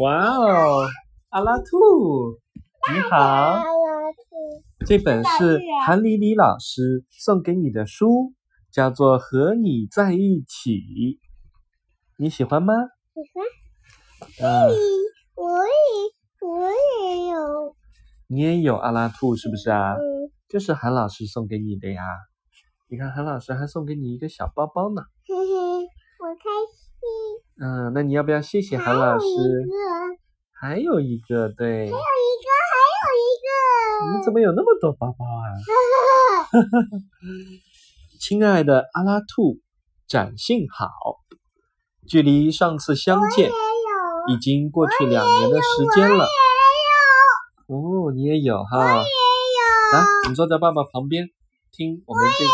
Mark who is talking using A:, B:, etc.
A: 哇哦，阿拉兔，你好，这本是韩黎黎老师送给你的书，叫做《和你在一起》，你喜欢吗？
B: 喜欢。
A: 嗯、
B: 我也我也有，
A: 你也有阿拉兔是不是啊？
B: 嗯，
A: 就是韩老师送给你的呀。你看，韩老师还送给你一个小包包呢。
B: 嘿嘿，我开心。
A: 嗯，那你要不要谢哦谢
B: 还
A: 韩老
B: 有
A: 师？
B: 一个，
A: 还有一个，对，你
B: 还有一个，
A: 怎么有那么多包包啊？ 亲爱的阿拉兔，展信好，距离上次相见
B: 还有，
A: 已经过去两年的时间了。哦，你也有哈？
B: 也有，
A: 啊来，你坐在爸爸旁边，听我们这个